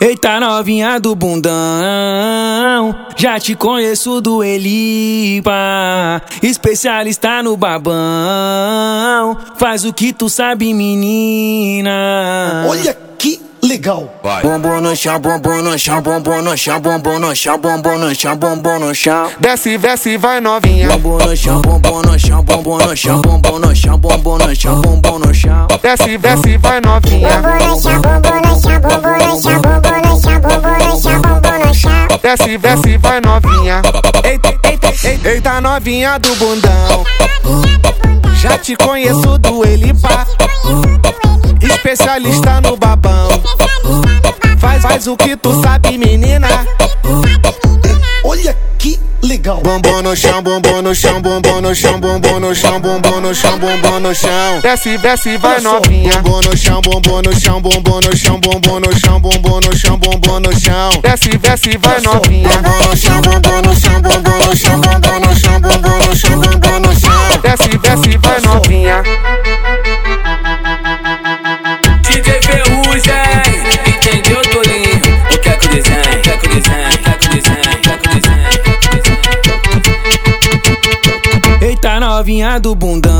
Eita novinha do bundão, já te conheço do Elipa, especialista no babão, faz o que tu sabe, menina. Olha que legal. Vai. Bombom no chão, bombom no chão, bombom no chão, bombom no chão, bombom no chão, bombom no chão. Desce, desce, vai novinha. Bombom no chão, bombom no chão, bombom no chão, bombom no chão, bombom no chão, bombom no chão. Desce, desce, vai novinha. Desce, desce, vai novinha. Eita, eita, eita, eita novinha do bundão. Já te conheço do Elipa, especialista no babão. Faz, faz o que tu sabe, menina. Olha que legal. Bumbum no chão, bumbum no chão, bumbum no chão, bumbum no chão, bumbum no chão, bumbum no chão. Desce, desce, vai novinha. Bumbum no chão, bumbum no chão, bumbum no chão, bumbum no chão, bumbum no chão, bumbum no chão. Desce, desce, vai novinha. Bumbum no chão, bumbum no chão, bumbum no chão, bumbum no chão, bumbum no chão, bumbum no chão. Desce, desce, vai novinha. DJ Ferrugem, entendeu Tolinho? O que é que o desenho? O que é que o desenho? O que é que o desenho? O que é que o desenho? Eita novinha do bundão,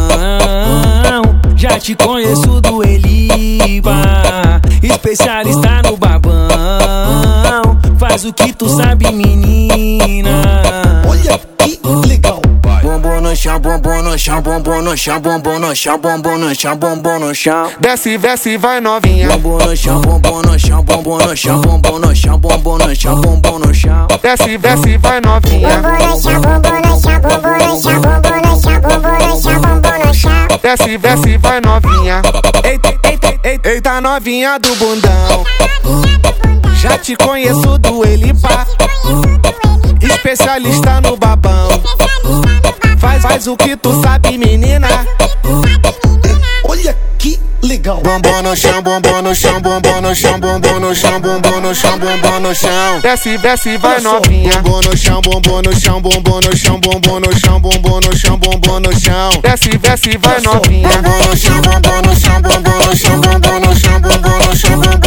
já te conheço do Eliba, especialista no babão, faz o que tu sabe, menina. Olha que legal. Bombom no chão, bombom no chão, bombom no chão, bombom no chão, bombom no chão, bombom no chão. Desce, desce, vai novinha. Bombom no chão, bombom no chão, bombom no chão, bombom no chão, bombom no chão, bombom no chão. Desce, desce, vai novinha. Desce, desce, vai novinha. Eita, eita, eita, eita novinha do bundão. Já te conheço do Elipa, especialista no babão. Faz, faz o que tu sabe, menina. Olha que legal. Bumbum no chão, bumbum no chão, bumbum no chão, bumbum no chão, bumbum no chão, bumbum no chão. Desce, desce, vai novinha. Bumbum no chão, bumbum no chão, bumbum no chão, bumbum no chão, bumbum no chão, bumbum no chão. Desce, desce, vai novinha. Bumbum no chão, bumbum no chão, bumbum no chão, bumbum no chão, bumbum no chão, bumbum